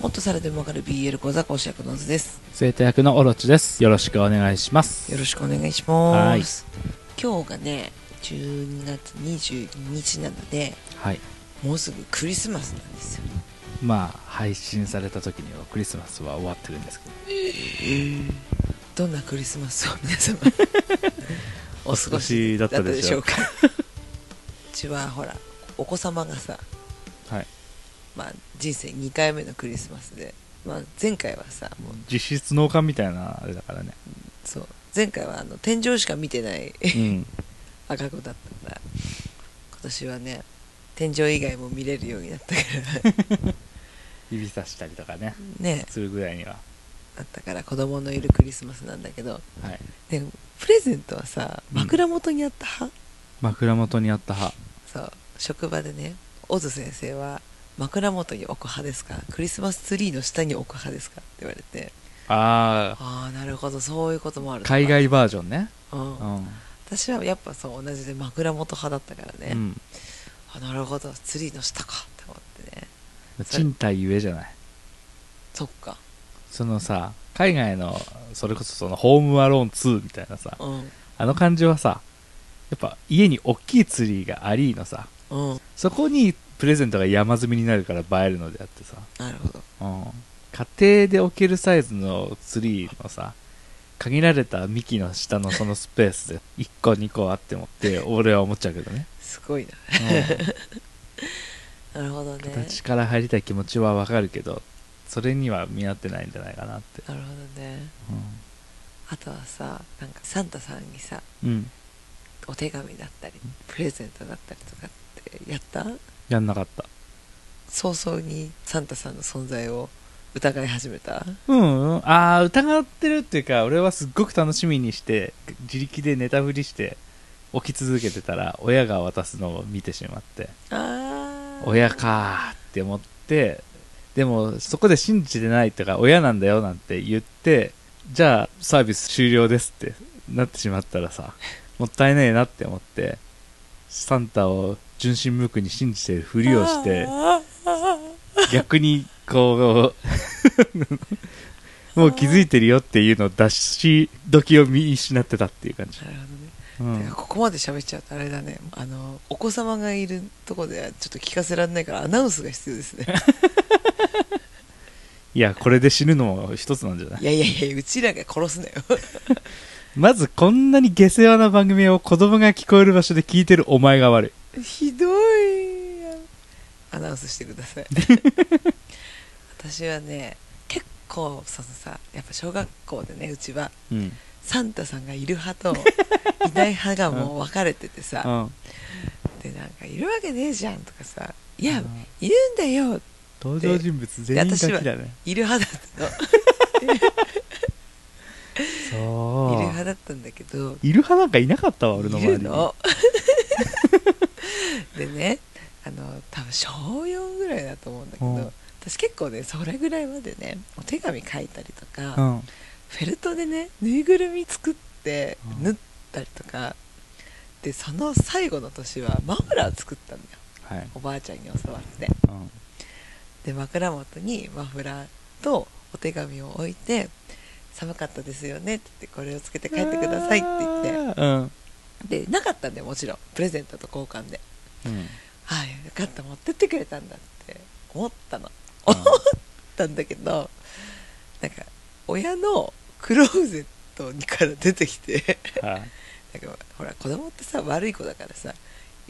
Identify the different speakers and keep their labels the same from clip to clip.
Speaker 1: もっとされてもわかる BL 講座講師役の図です
Speaker 2: 生徒役のオロチです。よろしくお願いします。
Speaker 1: よろしくお願いします今日がね12月22日なので
Speaker 2: はい。
Speaker 1: もうすぐクリスマスなんですよ
Speaker 2: まあ、配信された時にはクリスマスは終わってるんですけど、
Speaker 1: どんなクリスマスを皆様お過
Speaker 2: お過
Speaker 1: ご
Speaker 2: ご
Speaker 1: し
Speaker 2: し
Speaker 1: だ
Speaker 2: だ
Speaker 1: っ
Speaker 2: ったた
Speaker 1: で
Speaker 2: で
Speaker 1: し
Speaker 2: し
Speaker 1: ょ
Speaker 2: ょ
Speaker 1: う
Speaker 2: う
Speaker 1: か うちはほらお子様がさ、
Speaker 2: はい。
Speaker 1: まあ、人生2回目のクリスマスで、まあ、前回はさもう
Speaker 2: 実質農家みたいなあれだからね。
Speaker 1: そう前回はあの天井しか見てない
Speaker 2: うん。
Speaker 1: 赤子だったから今年はね天井以外も見れるようになったから
Speaker 2: 指さしたりとかね、
Speaker 1: ね
Speaker 2: するぐらいには。
Speaker 1: あったから子供のいるクリスマスなんだけど
Speaker 2: はい。
Speaker 1: でプレゼントはさ
Speaker 2: うん
Speaker 1: 枕元にあった派、
Speaker 2: 枕元にあった歯。
Speaker 1: そう職場でねオズ先生は枕元に置く派ですかクリスマスツリーの下に置く派ですかって言われて
Speaker 2: ああ、
Speaker 1: ああなるほどそういうこともあるのか
Speaker 2: 海、外バージョンね。
Speaker 1: うん
Speaker 2: うん。
Speaker 1: 私はやっぱそう同じで枕元派だったからね、
Speaker 2: うん。
Speaker 1: あなるほどツリーの下かって思ってね
Speaker 2: 賃貸ゆえじゃない。
Speaker 1: そっか
Speaker 2: そのさ、海外の、それこそその、ホームアローン2みたいなさ、
Speaker 1: うん
Speaker 2: あの感じはさ、やっぱ家に大きいツリーがありのさ、
Speaker 1: うん
Speaker 2: そこにプレゼントが山積みになるから映えるのであってさ、
Speaker 1: なるほど
Speaker 2: 家庭で置けるサイズのツリーのさ限られた幹の下のそのスペースで1個2個あってもって俺は思っちゃうけどね、
Speaker 1: すごいななるほどね
Speaker 2: うん形から入りたい気持ちはわかるけどそれには見合ってないんじゃないかなって
Speaker 1: なるほどねあとはさなんかサンタさんにさ
Speaker 2: うん、
Speaker 1: お手紙だったりプレゼントだったりとかってやった
Speaker 2: やんなかった
Speaker 1: 早々にサンタさんの存在を疑い始めた
Speaker 2: うん、うん、ああ疑ってるっていうか俺はすっごく楽しみにして自力で寝たふりして起き続けてたら親が渡すのを見てしまって
Speaker 1: あ
Speaker 2: 親かーって思ってでもそこで信じてないとか親なんだよなんて言ってじゃあサービス終了ですってなってしまったらさもったいねえなって思ってサンタを純真無垢に信じてるふりをして逆にこう もう気づいてるよっていうのを出し時を見失ってたっていう感じ、
Speaker 1: なるほどね、
Speaker 2: うん
Speaker 1: てかここまで喋っちゃうとあれだねあのお子様がいるとこではちょっと聞かせられないからアナウンスが必要ですね
Speaker 2: いやこれで死ぬのも一つなん じゃない
Speaker 1: いやいやいやうちらが殺すなよ
Speaker 2: まずこんなに下世話な番組を子供が聞こえる場所で聞いてるお前が悪い。
Speaker 1: ひどいやアナウンスしてくだ さい私はね結構そのさやっぱ小学校でねうちは
Speaker 2: うん。
Speaker 1: サンタさんがいる派と いない派がもう分かれててさ、
Speaker 2: うん。
Speaker 1: でなんかいるわけねえじゃんとかさ「いや、
Speaker 2: うん
Speaker 1: いるんだよ
Speaker 2: 登場人物全員ガキだね。
Speaker 1: いる派だったの」
Speaker 2: そ
Speaker 1: いる
Speaker 2: う。
Speaker 1: 派だったんだけど
Speaker 2: いる派なんかいなかったわ、俺の
Speaker 1: い
Speaker 2: 周り
Speaker 1: る
Speaker 2: に。
Speaker 1: の でねあの多分小4ぐらいだと思うんだけど、
Speaker 2: うん
Speaker 1: 私結構ねそれぐらいまでねお手紙書いたりとか、
Speaker 2: う
Speaker 1: フ
Speaker 2: ん。
Speaker 1: ェルトでねぬいぐるみ作って
Speaker 2: うん
Speaker 1: 縫ったりとかでその最後の年はマフラー作ったんだよ
Speaker 2: はい。
Speaker 1: おばあちゃんに教わって
Speaker 2: うん。
Speaker 1: で枕元にマフラーとお手紙を置いて「寒かったですよね」って言って「これをつけて帰ってください」って言って
Speaker 2: て。うん。
Speaker 1: でなかったんでもちろんプレゼントと交換で
Speaker 2: うん。
Speaker 1: 「ああよかった持ってってくれたんだ」って思ったの思ったんだけどなんか親のクローゼットから出てきて
Speaker 2: はい。
Speaker 1: なんかほら子供ってさ悪い子だからさ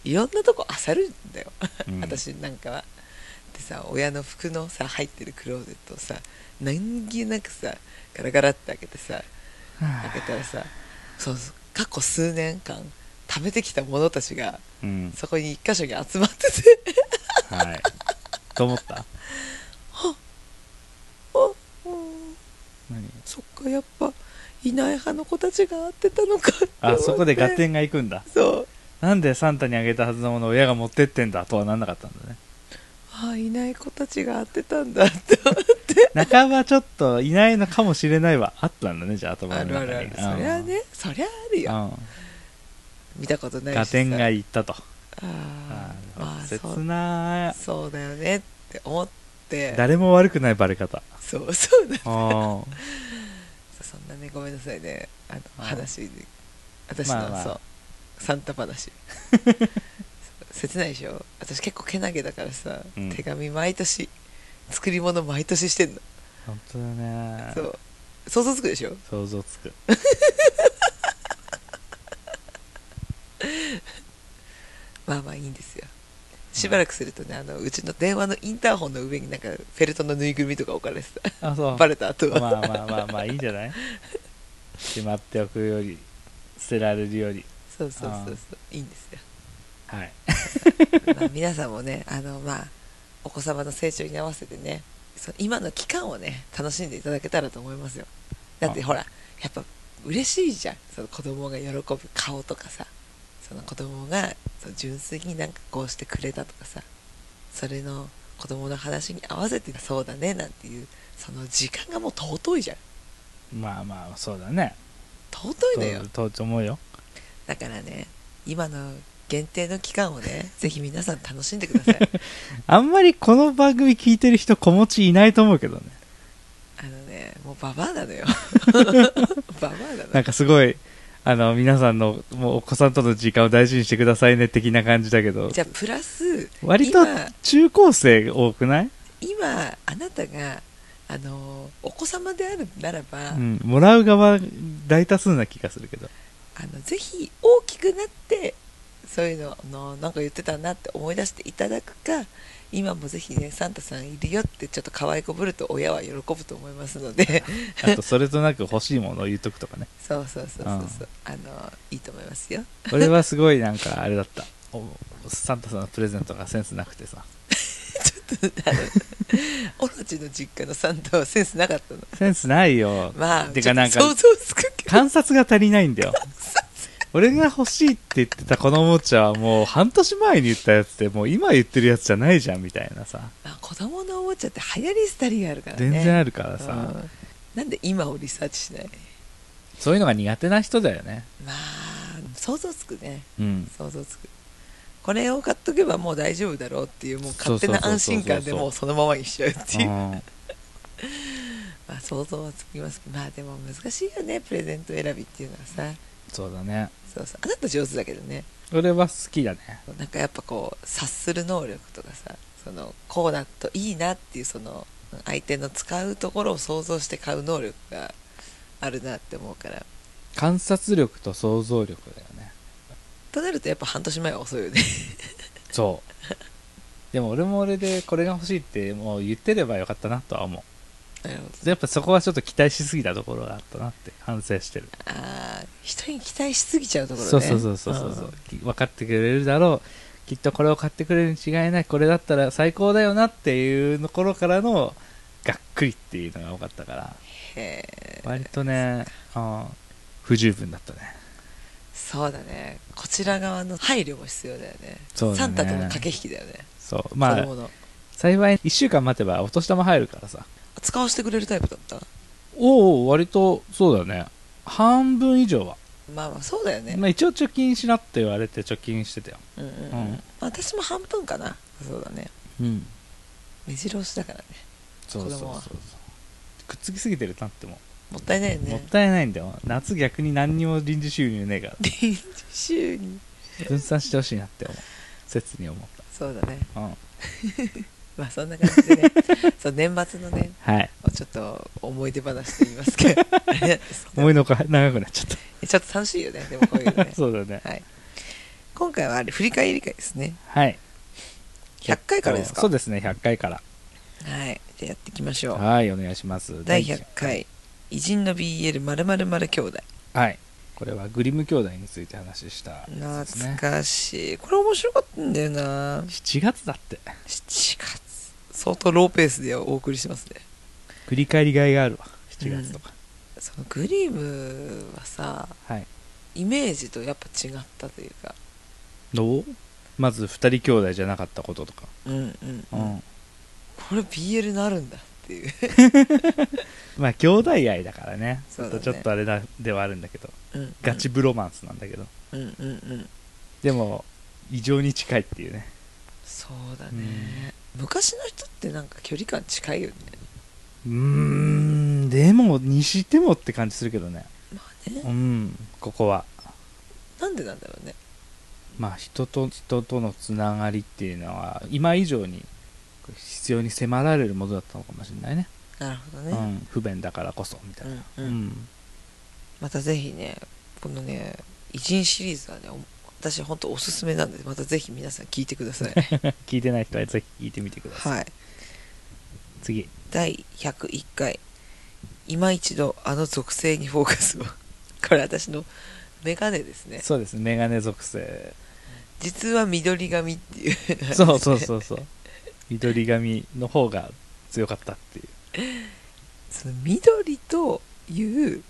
Speaker 1: いろんなとこ漁るんだよ、
Speaker 2: うん
Speaker 1: 私なんかは。でさ親の服のさ入ってるクローゼットをさ何気なくさガラガラって開けてさ開けたらさそうそう過去数年間食べてきた者たちが
Speaker 2: うん。
Speaker 1: そこに一箇所に集まってて
Speaker 2: はい。と思った
Speaker 1: あうん
Speaker 2: 何
Speaker 1: そっかやっぱいない派の子たちが会ってたのかって思っ
Speaker 2: あ、
Speaker 1: て
Speaker 2: そこで合点が行くんだ。
Speaker 1: そう
Speaker 2: なんでサンタにあげたはずのものを親が持ってってんだとはなんなかったん だね。
Speaker 1: あいない子たちが会ってたんだって
Speaker 2: 半ばちょっといないのかもしれないはあったんだね、じゃあ頭
Speaker 1: あ
Speaker 2: の
Speaker 1: る
Speaker 2: 中
Speaker 1: あ
Speaker 2: に。
Speaker 1: るあるそりゃねそりゃある
Speaker 2: う
Speaker 1: よ
Speaker 2: ん。うん。
Speaker 1: 見たことないしさ
Speaker 2: 合点が行ったと。
Speaker 1: あー
Speaker 2: あ
Speaker 1: まあ
Speaker 2: ー
Speaker 1: そ
Speaker 2: 切
Speaker 1: う
Speaker 2: な
Speaker 1: そうだよねって思って
Speaker 2: 誰も悪くないバ レ方
Speaker 1: そうそうなんだ
Speaker 2: あ
Speaker 1: そんなねごめんなさいねあの
Speaker 2: あー
Speaker 1: 話で私の、
Speaker 2: まあまあ
Speaker 1: そうサンタ話 切ないでしょ私結構けなげだからさ、
Speaker 2: うん
Speaker 1: 手紙毎年作り物毎年してんの、
Speaker 2: 本当だね
Speaker 1: そう想像つくでしょ
Speaker 2: 想像つ く
Speaker 1: まあまあいいんですよしばらくするとねあのうちの電話のインターホンの上になんかフェルトのぬいぐるみとか置かれてた
Speaker 2: あそう
Speaker 1: バレた後は、
Speaker 2: まあまあまあまあいいんじゃないしまっておくより捨てられるより
Speaker 1: そうそうそう
Speaker 2: あ
Speaker 1: そう
Speaker 2: ー
Speaker 1: いいんですよ
Speaker 2: はい
Speaker 1: まあ、皆さんも ねあの、まあ、お子様の成長に合わせてねその今の期間をね楽しんでいただけたらと思いますよだって
Speaker 2: あ
Speaker 1: ほらやっぱ嬉しいじゃんその子供が喜ぶ顔とかさその子供がその純粋になんかこうしてくれたとかさそれの子供の話に合わせてそうだねなんていうその時間がもう尊いじゃん
Speaker 2: まあまあそうだね
Speaker 1: 尊いのよ
Speaker 2: とと思うよ
Speaker 1: だからね今の限定の期間を ねぜひ皆さん楽しんでください
Speaker 2: あんまりこの番組聞いてる人子持ちいないと思うけどね
Speaker 1: あのね、もうババアなの よ。ババアなの
Speaker 2: なんかすごいあの皆さんのもうお子さんとの時間を大事にしてくださいね的な感じだけど
Speaker 1: じゃあ、プラス、
Speaker 2: 割と
Speaker 1: 今、
Speaker 2: 中高生多くない、
Speaker 1: 今、あなたが、あの、お子様であるならば、
Speaker 2: うん、もらう側大多数な気がするけど
Speaker 1: あの、ぜひ、大きくなって、そういうの、あの、なんか言ってたなって思い出していただくか、今もぜひね、サンタさんいるよって、ちょっと可愛いこぶると親は喜ぶと思いますので、
Speaker 2: あとそれとなく欲しいものを言っとくとかね
Speaker 1: そうそうそうそうそう、あの、いいと思いますよ。
Speaker 2: 俺はすごいなんかあれだったおサンタさんのプレゼントがセンスなくてさ
Speaker 1: オロチの実家のサンタはセンスなかったの。
Speaker 2: センスないよ
Speaker 1: まあ、
Speaker 2: てかなんか
Speaker 1: ちょっと想像つくけど。
Speaker 2: 観察が足りないんだよ俺が欲しいって言ってたこのおもちゃはもう半年前に言ったやつでもう今言ってるやつじゃないじゃんみたいなさ
Speaker 1: まあ、子供のおもちゃって流行りしたりがあるからね
Speaker 2: 全然あ
Speaker 1: る
Speaker 2: るからさ、
Speaker 1: なんで今をリサーチしない
Speaker 2: そういうのが苦手な人だよね
Speaker 1: まあ想像つくね
Speaker 2: うん
Speaker 1: 想像つくこれを買っとけばもう大丈夫だろうっていうもう勝手な
Speaker 2: そうそうそうそう
Speaker 1: 安心感でもうそのままにしちゃうっていう
Speaker 2: うん
Speaker 1: まあ想像はつきますけどまあでも難しいよねプレゼント選びっていうのはさ
Speaker 2: そうだね
Speaker 1: そうそうあなた上手だけどね
Speaker 2: 俺は好きだね
Speaker 1: なんかやっぱこう察する能力とかさそのこうだといいなっていうその相手の使うところを想像して買う能力があるなって思うから
Speaker 2: 観察力と想像力だよね
Speaker 1: となるとやっぱ半年前は遅いよね
Speaker 2: そうでも俺も俺でこれが欲しいってもう言ってればよかったなとは思
Speaker 1: なるほど
Speaker 2: うやっぱそこはちょっと期待しすぎたところがあったなって反省してる
Speaker 1: ああ人に期待しすぎちゃうところね
Speaker 2: そうそうそうそうそうそう、き分かってくれるだろうきっとこれを買ってくれるに違いないこれだったら最高だよなっていうところからのがっくりっていうのが多かったから
Speaker 1: うんへえ
Speaker 2: 割とね、うん不十分だったね
Speaker 1: そうだねこちら側の配慮も必要だよね
Speaker 2: そうだね
Speaker 1: サンタとの駆け引きだよね
Speaker 2: そうま
Speaker 1: 子
Speaker 2: あ
Speaker 1: 供の
Speaker 2: 幸い1週間待てばお年玉入るからさ
Speaker 1: 使わせてくれるタイプだった
Speaker 2: おお割とそうだね半分以上は、
Speaker 1: まあまあそうだよね、
Speaker 2: まあ、一応貯金しなって言われて貯金してたよ
Speaker 1: うんうんうん
Speaker 2: うん
Speaker 1: まあ私も半分かなそうだね
Speaker 2: うん
Speaker 1: 目白押しだからね
Speaker 2: そうそうそう
Speaker 1: 子供は
Speaker 2: そうくっつきすぎてるなっても
Speaker 1: もったいないよ
Speaker 2: もっ
Speaker 1: ね
Speaker 2: たいないんだよ夏逆に何にも臨時収入ねえから
Speaker 1: 臨時収入
Speaker 2: 分散してほしいなって思う切に思っ
Speaker 1: そうだね
Speaker 2: た、うん、
Speaker 1: まあそんな感じで ねそう年末のね
Speaker 2: はい
Speaker 1: ちょっと思い出話と言いますかあれなんですけど
Speaker 2: 思いのほか長くなっちゃっ
Speaker 1: ちょっと楽しいよねでもこういうの
Speaker 2: た、
Speaker 1: ね
Speaker 2: そうだね
Speaker 1: はい、今回はあれ振り返り会ですね
Speaker 2: はい
Speaker 1: 100回からですか
Speaker 2: そうですね100回から
Speaker 1: はいじゃあやっていきましょう
Speaker 2: はいお願いします
Speaker 1: 第100回「偉人の BL○○○ 兄弟
Speaker 2: はいこれはグリム兄弟について話した」やつです
Speaker 1: 懐
Speaker 2: ね
Speaker 1: かしいこれ面白かったんだよな
Speaker 2: 7月だって
Speaker 1: 7月相当ローペースでお送りしますね
Speaker 2: 振り返りがいがあるわ7月とか、
Speaker 1: そのグリムはさ
Speaker 2: はい
Speaker 1: イメージとやっぱ違ったというか
Speaker 2: どうまず2人兄弟じゃなかったこととか、
Speaker 1: うんうん、
Speaker 2: う
Speaker 1: うんん、これ BL なるんだっていう
Speaker 2: まあ兄弟愛だからね
Speaker 1: そうだね
Speaker 2: ちょっとあれだではあるんだけど
Speaker 1: うんうん
Speaker 2: ガチブロマンスなんだけど、
Speaker 1: うんうんうん
Speaker 2: でも異常に近いっていうね
Speaker 1: そうだね、昔の人ってなんか距離感近いよね
Speaker 2: うーんでもにしてもって感じするけどね
Speaker 1: まあね
Speaker 2: うんここは
Speaker 1: なんでなんだろうね
Speaker 2: まあ人と人とのつながりっていうのは今以上に必要に迫られるものだったのかもしれないね
Speaker 1: なるほど
Speaker 2: う
Speaker 1: ね、
Speaker 2: ん、不便だからこそみたいな
Speaker 1: うんうんまたぜひねこのね偉人シリーズはねお私本当おすすめなんでまたぜひ皆さん聞いてくださ い
Speaker 2: 聞いてない人はぜひ聞いてみてください、
Speaker 1: はい
Speaker 2: 次
Speaker 1: 第101回「今一度あの属性にフォーカスを」これ私のメガネですね
Speaker 2: そうですねメガネ属性
Speaker 1: 実は緑髪っていう
Speaker 2: そうそうそうそう緑髪の方が強かったっていう
Speaker 1: その緑という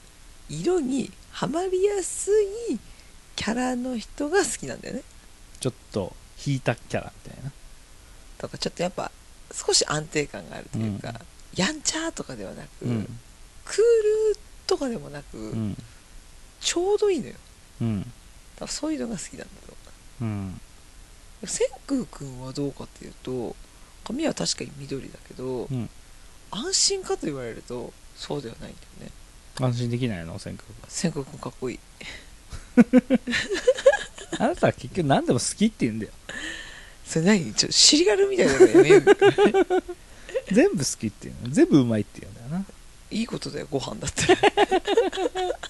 Speaker 1: 色にはまりやすいキャラの人が好きなんだよね
Speaker 2: ちょっと引いたキャラみたいな
Speaker 1: とかちょっとやっぱ少し安定感があるというか、
Speaker 2: うん
Speaker 1: やんちゃーとかではなく、
Speaker 2: うん
Speaker 1: クールとかでもなく、
Speaker 2: うん
Speaker 1: ちょうどいいのよ
Speaker 2: うん
Speaker 1: だからそういうのが好きなんだろうな
Speaker 2: うん
Speaker 1: でも千空くんはどうかっていうと髪は確かに緑だけど、
Speaker 2: うん
Speaker 1: 安心かと言われるとそうではないんだよね
Speaker 2: 安心できないの千空
Speaker 1: 千空くんかっこいい
Speaker 2: 君あなたは結局何でも好きって言うんだよ
Speaker 1: それ何ちょっと尻軽みたいなのがやめよう
Speaker 2: 全部好きっていうの全部うまいって言うんだよな い
Speaker 1: いことだよご飯だったら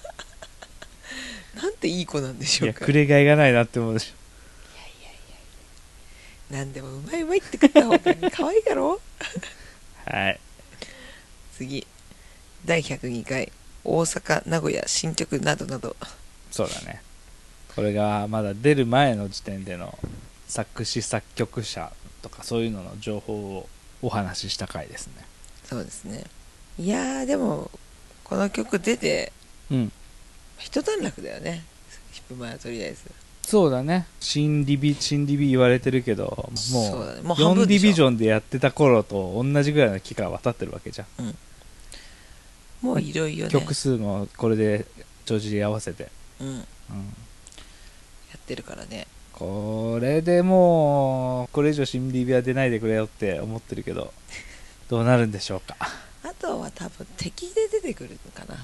Speaker 1: なんていい子なんでし
Speaker 2: い
Speaker 1: ょう
Speaker 2: や
Speaker 1: か
Speaker 2: くれがいがないなって思うでしょ
Speaker 1: なんでもうまいうまいって食った方が可愛いだろ
Speaker 2: はい
Speaker 1: 次第102回大阪名古屋新曲などなど
Speaker 2: そうだねこれがまだ出る前の時点での作詞作曲者とかそういうのの情報をお話しした回ですね
Speaker 1: そうですねいやーでもこの曲出て
Speaker 2: うん
Speaker 1: 一段落だよねヒップマイはとりあえず
Speaker 2: そうだね新リビ新リビ言われてるけども
Speaker 1: そう
Speaker 2: う
Speaker 1: だねもう半
Speaker 2: 4
Speaker 1: 分で
Speaker 2: デ
Speaker 1: し
Speaker 2: ィ
Speaker 1: ょ
Speaker 2: ビジョンでやってた頃と同じぐらいの期間渡ってるわけじゃん、
Speaker 1: もういろいろね
Speaker 2: 曲数もこれで帳尻合わせて、
Speaker 1: うん、や
Speaker 2: うん、
Speaker 1: ってるからね
Speaker 2: これでもうこれ以上新リビは出ないでくれよって思ってるけ どどうなるんでしょうか
Speaker 1: あとは多分敵で出てくるのかな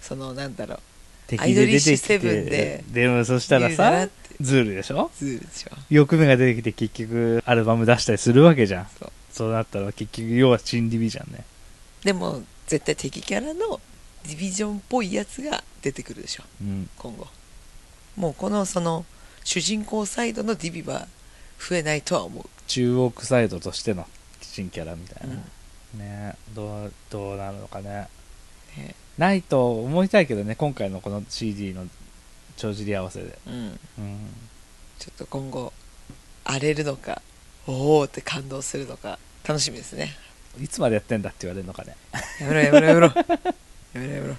Speaker 1: そのなんだろう
Speaker 2: 敵
Speaker 1: アイド
Speaker 2: で
Speaker 1: リッ
Speaker 2: 出
Speaker 1: シュ
Speaker 2: てき
Speaker 1: セ
Speaker 2: て
Speaker 1: ブンで
Speaker 2: もそしたら
Speaker 1: 言うなら
Speaker 2: さ
Speaker 1: って
Speaker 2: ズールでしょ
Speaker 1: ズールでしょ
Speaker 2: 欲目が出てきて結局アルバム出したりするわけじゃん
Speaker 1: そう
Speaker 2: そうなったら結局要はチンディビじゃんね
Speaker 1: でも絶対敵キャラのディビジョンっぽいやつが出てくるでしょ
Speaker 2: うん
Speaker 1: 今後もうこのその主人公サイドのディビは増えないとは思う
Speaker 2: 中央区サイドとしての新キャラみたいな、
Speaker 1: うん
Speaker 2: ねどうどうなるのかね
Speaker 1: ね
Speaker 2: ないと思いたいけどね今回のこの CD の帳尻合わせで、
Speaker 1: うん
Speaker 2: うん、
Speaker 1: ちょっと今後荒れるのかおおって感動するのか楽しみですね
Speaker 2: いつまでやってんだって言われるのかね
Speaker 1: やめろやめろやめろやめろやめろ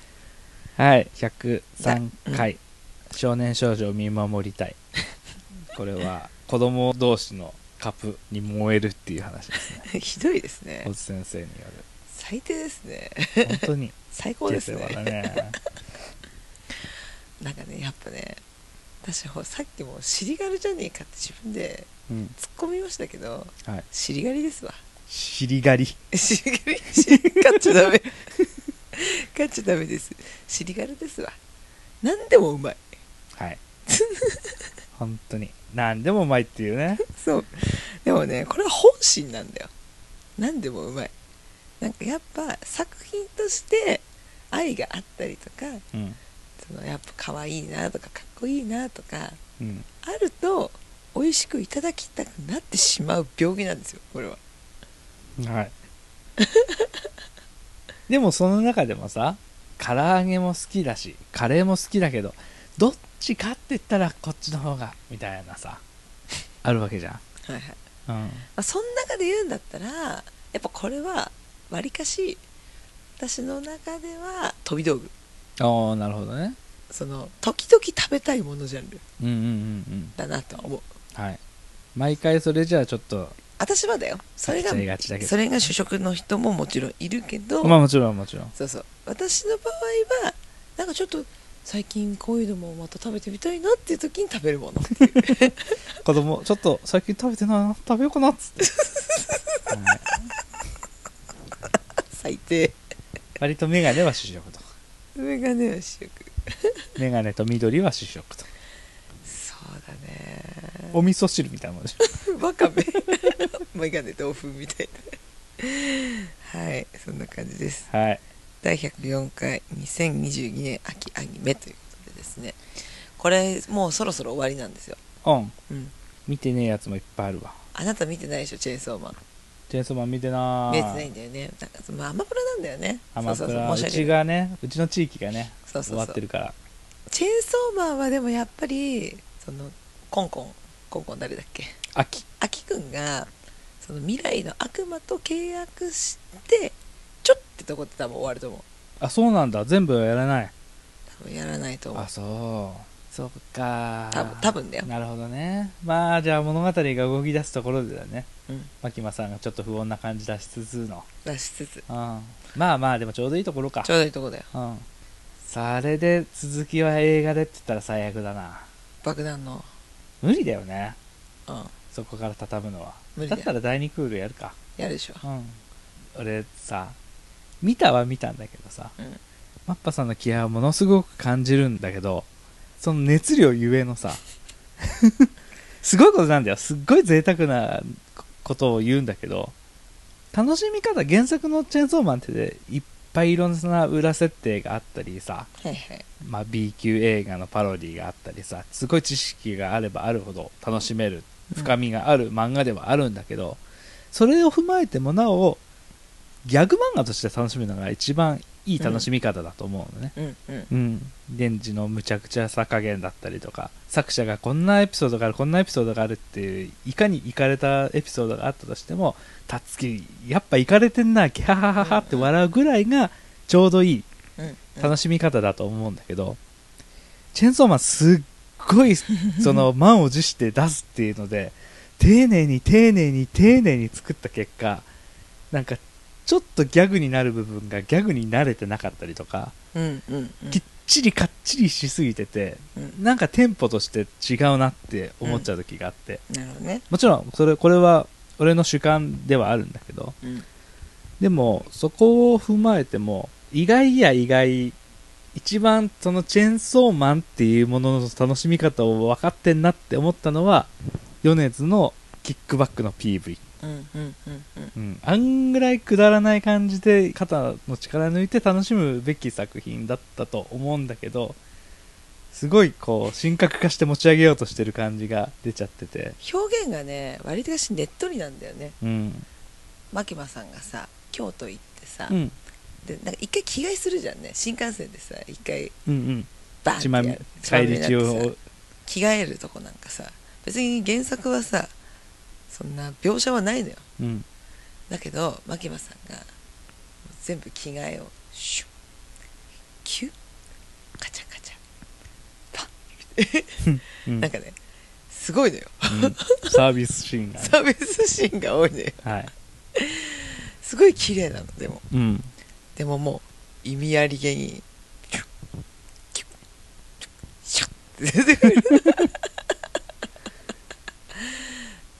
Speaker 2: はい103回、少年少女を見守りたいこれは子供同士のカップに燃えるっていう話ですね
Speaker 1: ひどいですね
Speaker 2: 小津先生によ
Speaker 1: 最低ですね
Speaker 2: る本当に
Speaker 1: 最高です
Speaker 2: 下世話
Speaker 1: ね
Speaker 2: だね
Speaker 1: なんかねやっぱね私ほさっきも「尻軽じゃねえか」って自分で
Speaker 2: うん
Speaker 1: 突っ込みましたけど
Speaker 2: はい
Speaker 1: 尻狩りですわ
Speaker 2: 尻狩り
Speaker 1: 尻狩り尻狩っちゃダメ狩っちゃダメです尻狩りですわ何でもうまい
Speaker 2: はい本当に何でもうまいっていうね
Speaker 1: そうでもねこれは本心なんだよ何でもうまいなんかやっぱ作品として愛があったりとか
Speaker 2: うん
Speaker 1: そのやっぱ可愛いなとかかっこいいなとか
Speaker 2: うん
Speaker 1: あると美味しくいただきたくなってしまう病気なんですよこれは
Speaker 2: はい でもその中でもさ唐揚げも好きだしカレーも好きだけどどっちかって言ったらこっちの方がみたいなさあるわけじゃん、
Speaker 1: はいはい、ま
Speaker 2: うん、
Speaker 1: あ、その中で言うんだったらやっぱこれはわりかし私の中では飛び道具
Speaker 2: ああなるほどね
Speaker 1: その時々食べたいものジャンル
Speaker 2: うんうんうん
Speaker 1: だなとは思う
Speaker 2: うんはい毎回それじゃあちょっと
Speaker 1: 私はだよそれが
Speaker 2: 飽きちゃいがちだけど
Speaker 1: それが主食の人ももちろんいるけど、
Speaker 2: まあもちろんもちろん
Speaker 1: そうそう私の場合はなんかちょっと最近こういうのもまた食べてみたいなっていう時に食べるものっていう
Speaker 2: 子供ちょっと最近食べてないな食べようかなっつってはい
Speaker 1: 最低
Speaker 2: 割とメガネは主食と
Speaker 1: メガネは主食
Speaker 2: メガネと緑は主食と
Speaker 1: そうだね
Speaker 2: お味噌汁みたいなもんでしょ
Speaker 1: わかめメガネとお風みたいなはいそんな感じです
Speaker 2: はい
Speaker 1: 第104回2022年秋アニメということでですねこれもうそろそろ終わりなんですよ、
Speaker 2: オン
Speaker 1: うん、
Speaker 2: 見てねえやつもいっぱいあるわ
Speaker 1: あなた見てないでしょチェーンソーマン
Speaker 2: チェーンソーマン見てなー
Speaker 1: 見えてないんだよねなんかそのアマプラなんだよね
Speaker 2: アマプ
Speaker 1: そうそう
Speaker 2: ラ
Speaker 1: そう
Speaker 2: う
Speaker 1: 申し訳
Speaker 2: ち
Speaker 1: ない
Speaker 2: がねうちの地域がね
Speaker 1: そうそうそう
Speaker 2: 終わってるから
Speaker 1: チェーンソーマンはでもやっぱりそのコンコンコンコン誰だっけ
Speaker 2: 秋
Speaker 1: あきくんがその未来の悪魔と契約してちょってとこで多分終わると思う
Speaker 2: あそうなんだ全部はやらない
Speaker 1: 多分やらないと思う
Speaker 2: あそうそうかー
Speaker 1: 多分多分だよ
Speaker 2: なるほどねまあじゃあ物語が動き出すところでだね
Speaker 1: うん
Speaker 2: 牧間さんがちょっと不穏な感じ出しつつの、
Speaker 1: 出しつつ
Speaker 2: うん、まあまあでもちょうどいいところか
Speaker 1: ちょうどいいとこだよ
Speaker 2: うんそれで続きは映画でって言ったら最悪だな
Speaker 1: 爆弾の
Speaker 2: 無理だよね
Speaker 1: うん
Speaker 2: そこから畳むのは
Speaker 1: 無理だ
Speaker 2: だっ
Speaker 1: よ
Speaker 2: たら第2クールやるか
Speaker 1: やるでしょ
Speaker 2: うん俺さ見たは見たんだけどさ
Speaker 1: うん
Speaker 2: マッパさんの気合はものすごく感じるんだけどその熱量ゆえのさ すごいことなんだよすっごい贅沢なことを言うんだけど楽しみ方原作の「チェーンソーマン」ってでいっぱいいろんな裏設定があったりさ、
Speaker 1: はいはい
Speaker 2: まあ、B 級映画のパロディがあったりさすごい知識があればあるほど楽しめる深みがある漫画ではあるんだけど、それを踏まえてもなおギャグ漫画として楽しむのが一番いい楽しみ方だと思うのね、
Speaker 1: うんうん
Speaker 2: うん、デンジのむちゃくちゃさ加減だったりとか作者がこんなエピソードがあるこんなエピソードがあるっていういかにいかれたエピソードがあったとしてもたつきやっぱいかれてんなキャハハハって笑うぐらいがちょうどいい
Speaker 1: うんうん
Speaker 2: 楽しみ方だと思うんだけど、チェーンソーマンすっ ごいその満を持して出すっていうので丁寧に丁寧に丁寧に作った結果なんかちょっとギャグになる部分がギャグに慣れてなかったりとか、
Speaker 1: うんうん
Speaker 2: きっちりかっちりしすぎてて
Speaker 1: うん
Speaker 2: なんかテンポとして違うなって思っちゃう時があって、
Speaker 1: なるほどね
Speaker 2: もちろんそれこれは俺の主観ではあるんだけど
Speaker 1: うん
Speaker 2: でもそこを踏まえても意外や意外一番そのチェーンソーマンっていうものの楽しみ方を分かってんなって思ったのは米津のキックバックの PV、
Speaker 1: うんうんうんうん
Speaker 2: うん、あんぐらいくだらない感じで肩の力抜いて楽しむべき作品だったと思うんだけどすごいこう神格化して持ち上げようとしてる感じが出ちゃってて、
Speaker 1: 表現がね割としねっとりなんだよね
Speaker 2: うん
Speaker 1: 牧間さんがさ京都行ってさ、
Speaker 2: うん、
Speaker 1: でなんか一回着替えするじゃんね新幹線でさ一回
Speaker 2: うんうん
Speaker 1: バーンっ
Speaker 2: 血
Speaker 1: て
Speaker 2: ま
Speaker 1: や
Speaker 2: み
Speaker 1: る
Speaker 2: 帰り中を
Speaker 1: 着替えるとこなんかさ別に原作はさそんな描写はないのよ
Speaker 2: うん
Speaker 1: だけど牧間さんが全部着替えをシュッキュッカチャカチャパ
Speaker 2: うん
Speaker 1: ンなんかねすごいのよ
Speaker 2: うんサービスシーンがね、
Speaker 1: サービスシーンが多いのよ
Speaker 2: はい
Speaker 1: すごい綺麗なのでも
Speaker 2: うん、
Speaker 1: でももう意味ありげにキュッキュッシュッって出てくる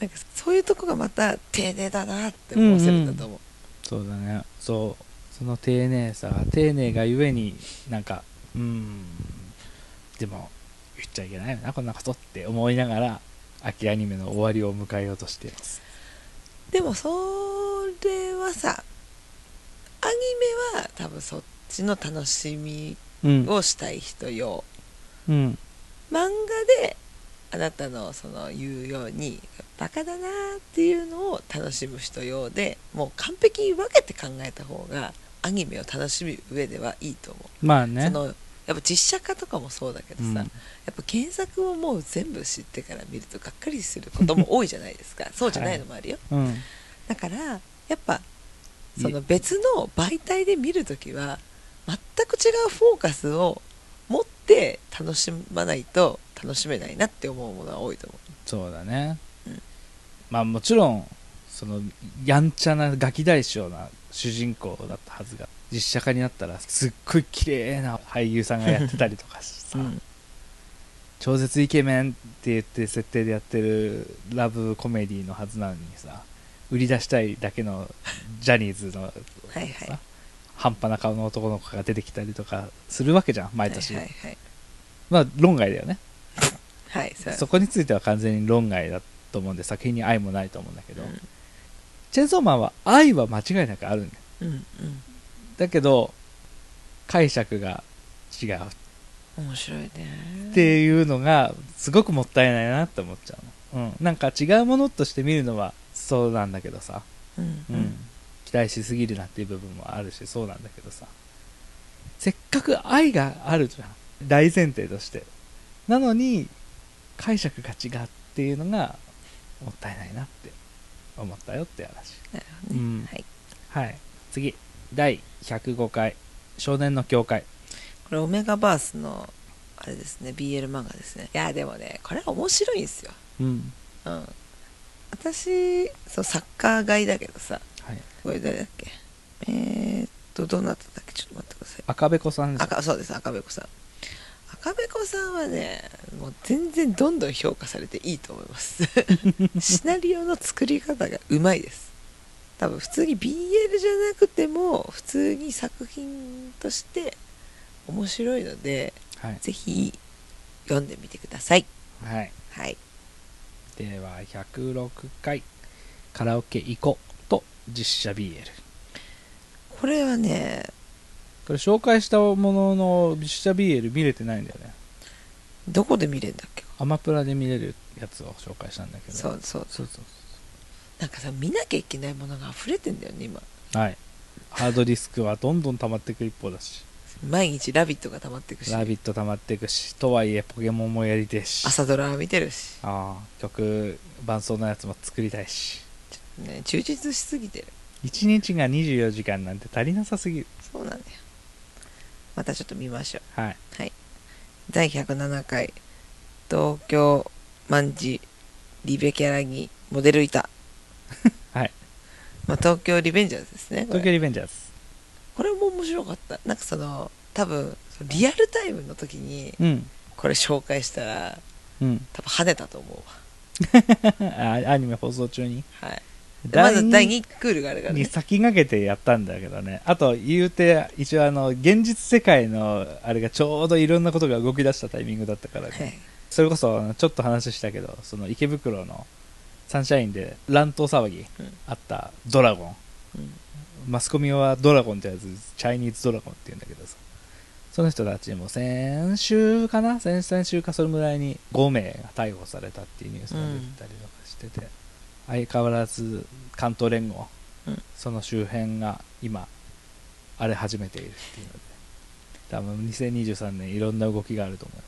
Speaker 1: なんかそういうとこがまた丁寧だなって思わせるんだと思う、
Speaker 2: そうだねそうその丁寧さが丁寧がゆえになんかうんでも言っちゃいけないよなこんなことって思いながら秋アニメの終わりを迎えようとしています
Speaker 1: でもそれはさアニメは多分そっちの楽しみ
Speaker 2: うん
Speaker 1: をしたい人用
Speaker 2: うん
Speaker 1: 漫画であなたのその言うようにバカだなーっていうのを楽しむ人用でもう完璧に分けて考えた方がアニメを楽しむ上ではいいと思
Speaker 2: まあ
Speaker 1: う、
Speaker 2: ね
Speaker 1: そのやっぱ実写化とかもそうだけどさ、
Speaker 2: うん
Speaker 1: やっぱ原作をもう全部知ってから見るとがっかりすることも多いじゃないです かそうじゃないのもあるよ、
Speaker 2: うん
Speaker 1: だからやっぱ
Speaker 2: い
Speaker 1: その別の媒体で見るときは全く違うフォーカスを持って楽しまないと楽しめないなって思うものは多いと思
Speaker 2: そうだね、
Speaker 1: うん
Speaker 2: まあもちろんそのやんちゃなガキ大将な主人公だったはずが実写化になったらすっごい綺麗な俳優さんがやってたりとか
Speaker 1: う、
Speaker 2: しさ、超絶イケメンって言って設定でやってるラブコメディのはずなのにさ売り出したいだけのジャニーズの
Speaker 1: はいはい
Speaker 2: さ半端な顔の男の子が出てきたりとかするわけじゃん毎年、
Speaker 1: はいはいはい
Speaker 2: まあ論外だよね
Speaker 1: はいそう
Speaker 2: そこについては完全に論外だと思うんで作品に愛もないと思うんだけど、
Speaker 1: うん
Speaker 2: チェンソーマンは愛は間違いなくあるんだよ
Speaker 1: うん
Speaker 2: だけど解釈が違う
Speaker 1: うん面白いね
Speaker 2: っていうのがすごくもったいないなって思っちゃうの、うん、なんか違うものとして見るのはそうなんだけどさ、
Speaker 1: うん
Speaker 2: うん期待しすぎるなっていう部分もあるしそうなんだけどさせっかく愛があるじゃん大前提としてなのに解釈が違うっていうのがもったいないなって思ったよって話
Speaker 1: なるほど
Speaker 2: う
Speaker 1: ね
Speaker 2: ん
Speaker 1: はい
Speaker 2: はい次第105回少年の教会
Speaker 1: これオメガバースのあれですね BL 漫画ですねいやでもねこれは面白いんですよ
Speaker 2: うん
Speaker 1: うん私そうサッカー買いだけどさ
Speaker 2: はい
Speaker 1: これ誰だっけえー、っとどなただっけちょっと待ってください
Speaker 2: 赤べこさんです
Speaker 1: 赤そうです赤べこさん赤べこさんはねもう全然どんどん評価されていいと思います シナリオの作り方がうまいです多分普通に BL じゃなくても普通に作品として面白いので
Speaker 2: はい、
Speaker 1: ぜひ読んでみてください
Speaker 2: はい
Speaker 1: はい
Speaker 2: では106回カラオケ行こうと実写 BL
Speaker 1: これはね
Speaker 2: これ紹介したものの実写 BL 見れてないんだよね
Speaker 1: どこで見れるんだっけ
Speaker 2: アマプラで見れるやつを紹介したんだけど
Speaker 1: そうそう
Speaker 2: そうそう
Speaker 1: なんかさ見なきゃいけないものが溢れてんだよね今
Speaker 2: そうはいハードディスクはどんどん溜まっていく一方 だし
Speaker 1: 毎日「ラビット!」が溜まってく
Speaker 2: 「
Speaker 1: し
Speaker 2: ラビット!」溜まっていくしとはいえポケモンもやりてえし
Speaker 1: 朝ドラ見てるし
Speaker 2: ああ曲伴奏のやつも作りたいし
Speaker 1: ね充実しすぎてる
Speaker 2: 1日が24時間なんて足りなさすぎる
Speaker 1: そうなんだよまたちょっと見ましょう
Speaker 2: はい
Speaker 1: はい第107回東京卍リベキャラにモデルいた、
Speaker 2: はい
Speaker 1: まあ、東京リベンジャーズですねこ
Speaker 2: 東京
Speaker 1: れ
Speaker 2: リベンジャーズ
Speaker 1: これも面白かったなんかその多分そのリアルタイムの時に
Speaker 2: うん
Speaker 1: これ紹介したら
Speaker 2: うん
Speaker 1: 多分跳ねたと思う
Speaker 2: あアニメ放送中に
Speaker 1: わはいでまず第
Speaker 2: 二
Speaker 1: 2クールがあるから
Speaker 2: に
Speaker 1: ね
Speaker 2: 先駆けてやったんだけどねあと言うて一応あの現実世界のあれがちょうどいろんなことが動き出したタイミングだったからね、
Speaker 1: はい
Speaker 2: それこそあのちょっと話したけどその池袋のサンシャインで乱闘騒ぎ
Speaker 1: うん
Speaker 2: あったドラゴン
Speaker 1: うん
Speaker 2: マスコミはドラゴンってやつチャイニーズドラゴンって言うんだけどさその人たちも先週かな先々週かそれぐらいに5名が逮捕されたっていうニュースが出てたりとかしてて、相変わらず関東連合、
Speaker 1: うん
Speaker 2: その周辺が今荒れ始めているっていうので多分2023年いろんな動きがあると思う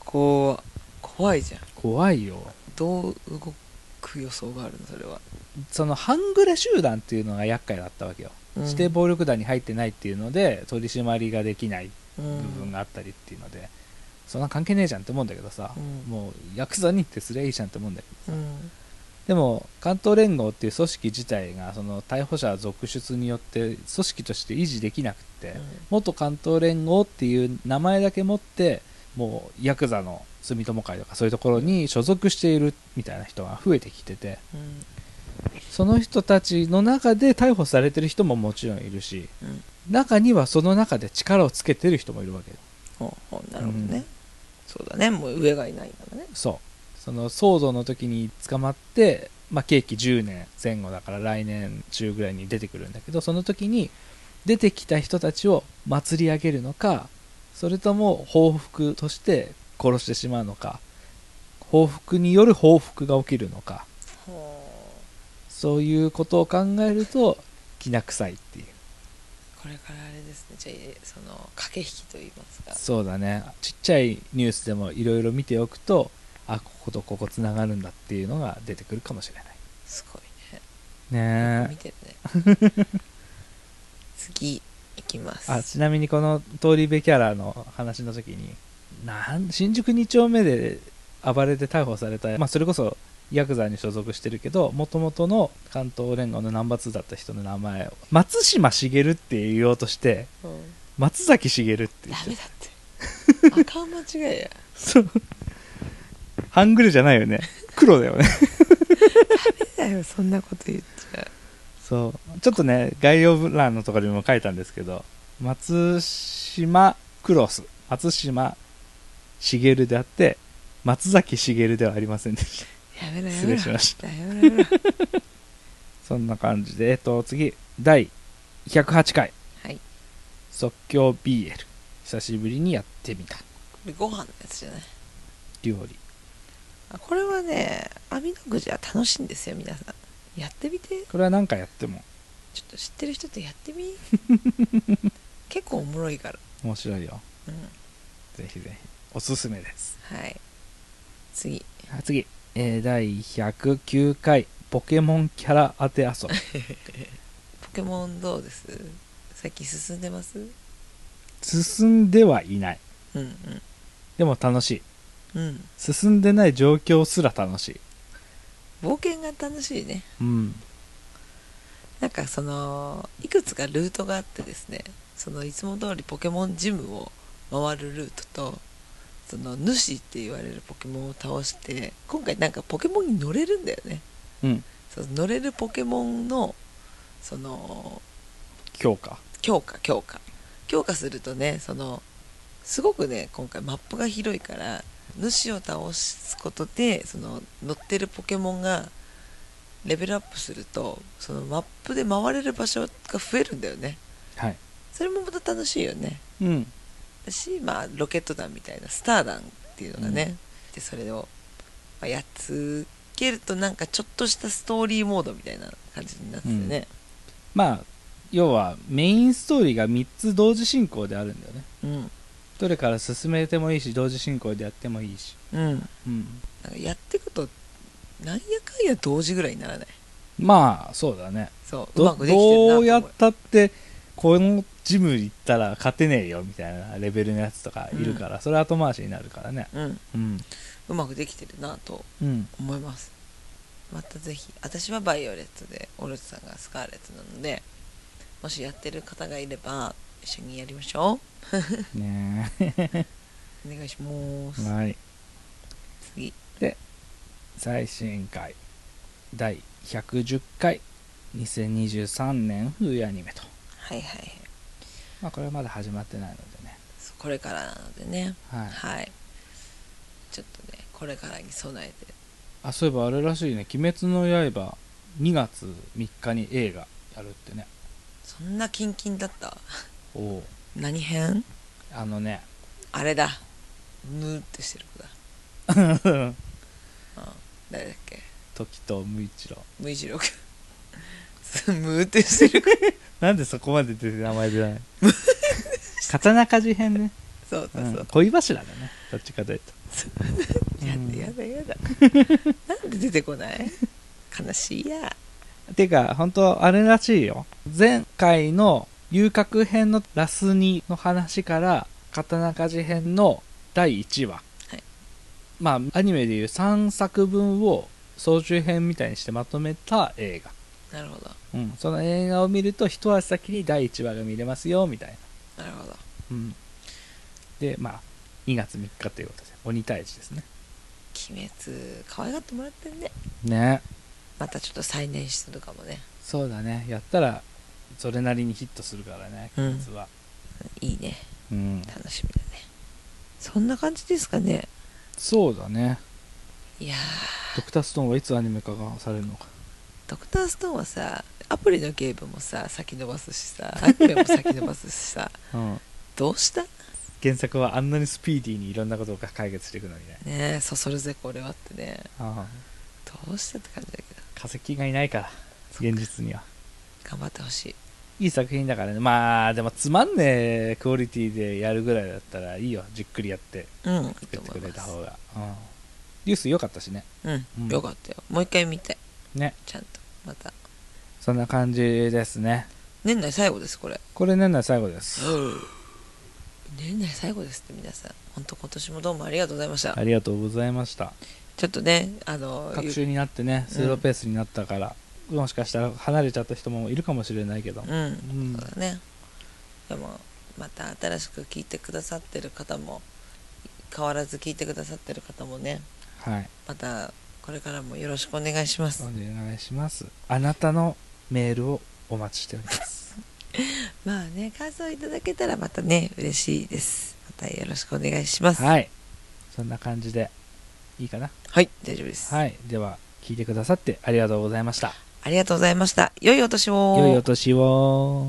Speaker 1: こう怖いじゃん
Speaker 2: 怖いよ
Speaker 1: どう動く予想があるのそれは
Speaker 2: その半グレ集団っていうのが厄介だったわけよ、
Speaker 1: うん
Speaker 2: 指定暴力団に入ってないっていうので取り締まりができない
Speaker 1: 部
Speaker 2: 部分があったりっていうので、そんな関係ねえじゃんって思うんだけどさ、
Speaker 1: うん
Speaker 2: もうヤクザにってすりゃいいじゃんって思うんだけど
Speaker 1: うん
Speaker 2: でも関東連合っていう組織自体がその逮捕者続出によって組織として維持できなくって、元関東連合っていう名前だけ持ってもうヤクザの住友会とかそういうところに所属しているみたいな人が増えてきてて
Speaker 1: うん
Speaker 2: その人たちの中で逮捕されてる人ももちろんいるし
Speaker 1: うん
Speaker 2: 中にはその中で力をつけてる人もいるわけよ
Speaker 1: ほうほうなるほど
Speaker 2: う
Speaker 1: ね
Speaker 2: ん
Speaker 1: そうだねもう上がいないからね
Speaker 2: そうその騒動の時に捕まって、まあ、刑期10年前後だから来年中ぐらいに出てくるんだけどその時に出てきた人たちを祭り上げるのかそれとも報復として殺してしまうのか報復による報復が起きるのか
Speaker 1: ほ
Speaker 2: そういうことを考えるときな臭いっていう
Speaker 1: うこれからあれですねじゃあその駆け引きといいますか
Speaker 2: そうだねちっちゃいニュースでもいろいろ見ておくとあこことここつながるんだっていうのが出てくるかもしれない
Speaker 1: すごい
Speaker 2: ね
Speaker 1: ね
Speaker 2: え
Speaker 1: 見てるね次いきます
Speaker 2: あちなみにこの通り部キャラの話の時になん新宿2丁目で暴れて逮捕された、まあ、それこそヤクザに所属してるけどもともとの関東連合のナンバー2だった人の名前を松島茂って言おうとして
Speaker 1: うん
Speaker 2: 松崎茂って言
Speaker 1: ダ
Speaker 2: っ
Speaker 1: メ
Speaker 2: て
Speaker 1: だってあかん間違いや
Speaker 2: そうハングルじゃないよね黒だよね
Speaker 1: だよそんなこと言っちゃう
Speaker 2: そうちょっとね概要欄のところにも書いたんですけど松島クロス松島茂であって松崎茂ではありませんでした
Speaker 1: やめろや
Speaker 2: 失
Speaker 1: め
Speaker 2: 礼
Speaker 1: ろ
Speaker 2: しました
Speaker 1: やめろやめろ
Speaker 2: そんな感じでえっと次第108回
Speaker 1: はい
Speaker 2: 即興 BL 久しぶりにやってみた
Speaker 1: これご飯のやつじゃない
Speaker 2: 料理
Speaker 1: あこれはね網のくじは楽しいんですよ皆さんやってみて
Speaker 2: これは何かやっても
Speaker 1: ちょっと知ってる人とやってみ結構おもろいから
Speaker 2: 面白いよ
Speaker 1: うん
Speaker 2: ぜひぜひおすすめです
Speaker 1: はい次
Speaker 2: あ次、えー第109回ポケモンキャラ当て遊び
Speaker 1: ポケモンどうです最近進んでます
Speaker 2: 進んではいない
Speaker 1: うんうん
Speaker 2: でも楽しい
Speaker 1: うん
Speaker 2: 進んでない状況すら楽しい
Speaker 1: 冒険が楽しいね
Speaker 2: うん
Speaker 1: なんかそのいくつかルートがあってですねそのいつも通りポケモンジムを回るルートとその主って言われるポケモンを倒して今回なんかポケモンに乗れるんだよね
Speaker 2: うん
Speaker 1: その乗れるポケモンのその
Speaker 2: 強化
Speaker 1: 強化強化強化するとねそのすごくね今回マップが広いから主を倒すことでその乗ってるポケモンがレベルアップするとそのマップで回れる場所が増えるんだよね
Speaker 2: はい
Speaker 1: それもまた楽しいよね
Speaker 2: うん
Speaker 1: だし、まあ、ロケット弾みたいなスター弾っていうのがね、でそれを、まあやっつけるとなんかちょっとしたストーリーモードみたいな感じになっててね、
Speaker 2: まあ要はメインストーリーが3つ同時進行であるんだよね
Speaker 1: うん
Speaker 2: どれから進めてもいいし同時進行でやってもいいし
Speaker 1: うん、
Speaker 2: うん
Speaker 1: なんかやっていくとなんやかんや同時ぐらいにならない
Speaker 2: まあそうだね
Speaker 1: そうう
Speaker 2: ど
Speaker 1: まくできてるなと
Speaker 2: ど
Speaker 1: 思
Speaker 2: うやったってこのジム行ったら勝てねえよみたいなレベルのやつとかいるから、それ後回しになるからね
Speaker 1: うん、
Speaker 2: うん
Speaker 1: うまくできてるなと
Speaker 2: うん
Speaker 1: 思いますまたぜひ私はバイオレットでオルツさんがスカーレットなのでもしやってる方がいれば一緒にやりましょ
Speaker 2: ね
Speaker 1: うお願いします、
Speaker 2: えはい
Speaker 1: 次
Speaker 2: 最新回第110回2023年冬アニメと、
Speaker 1: はいはいはい
Speaker 2: まあ、これはまだ始まってないのでね
Speaker 1: そうこれからなのでね
Speaker 2: はい
Speaker 1: はいちょっとねこれからに備えて
Speaker 2: あそういえばあれらしいね「鬼滅の刃」2月3日に映画やるってね
Speaker 1: そんなキンキンだった
Speaker 2: おお
Speaker 1: 何編
Speaker 2: あのね
Speaker 1: あれだムーってしてる子だうん誰だっけ
Speaker 2: 時と無一郎
Speaker 1: 無一郎 君ムーってしてる子
Speaker 2: なんでそこまで出て名前出ない 刀鍛冶編 ね、
Speaker 1: そうそううそ
Speaker 2: ん、
Speaker 1: う、
Speaker 2: 恋柱だねどっちかという とうん
Speaker 1: やだやだやだなんで出てこない悲しいや
Speaker 2: てか本当あれらしいよ前回の遊郭編のラス2の話から刀鍛冶編の第1話、
Speaker 1: はい
Speaker 2: まあアニメでいう3作分を総集編みたいにしてまとめた映画、
Speaker 1: なるほど
Speaker 2: うん、その映画を見ると一足先に第1話が見れますよみたいな、
Speaker 1: なるほど
Speaker 2: うん、でまあ2月3日ということで鬼退治ですね
Speaker 1: 鬼滅可愛がってもらってんね
Speaker 2: ね
Speaker 1: またちょっと再燃するかもね
Speaker 2: そうだねやったらそれなりにヒットするからね
Speaker 1: うん
Speaker 2: 鬼滅は、
Speaker 1: いいね
Speaker 2: うん、
Speaker 1: 楽しみだねそんな感じですかね
Speaker 2: そうだね
Speaker 1: いやー
Speaker 2: ドクターストーンはいつアニメ化がされるのか
Speaker 1: ドクターストーンはさアプリのゲームもさ先延ばすしさアニメも先延ばすしさ
Speaker 2: うん
Speaker 1: どうしたね
Speaker 2: 原作はあんなにスピーディーにいろんなことを解決していくのにね
Speaker 1: えそそるぜこれはってね
Speaker 2: ああ
Speaker 1: どうしたって感じだけど
Speaker 2: 化石がいないから現実には
Speaker 1: 頑張ってほしい
Speaker 2: いい作品だからねまあでもつまんねえクオリティでやるぐらいだったらいいよじっくりやって
Speaker 1: うんいいと
Speaker 2: 作ってく
Speaker 1: 思
Speaker 2: れ
Speaker 1: い
Speaker 2: た
Speaker 1: ます
Speaker 2: 方がうんニュース良かったしね
Speaker 1: うん、
Speaker 2: うん
Speaker 1: よかったよもう一回見たい
Speaker 2: ね
Speaker 1: ちゃんとまた
Speaker 2: そんな感じですね
Speaker 1: 年内最後ですこれ
Speaker 2: これ年内最後です
Speaker 1: 年内最後ですって皆さん本当今年もどうもありがとうございました、
Speaker 2: ありがとうございました
Speaker 1: ちょっとねあの
Speaker 2: 各週になってねスローペースになったから、もしかしたら離れちゃった人もいるかもしれないけど
Speaker 1: うん、
Speaker 2: うん
Speaker 1: そうだねでもまた新しく聞いてくださってる方も変わらず聞いてくださってる方もね
Speaker 2: はい
Speaker 1: またこれからもよろしくお願いします
Speaker 2: お願いしますあなたのメールをお待ちしております
Speaker 1: まあね感想いただけたらまたね嬉しいですまたよろしくお願いします
Speaker 2: はいそんな感じでいいかな
Speaker 1: はい大丈夫です、
Speaker 2: はいでは聞いてくださってありがとうございました
Speaker 1: ありがとうございました良いお年を
Speaker 2: 良いお年を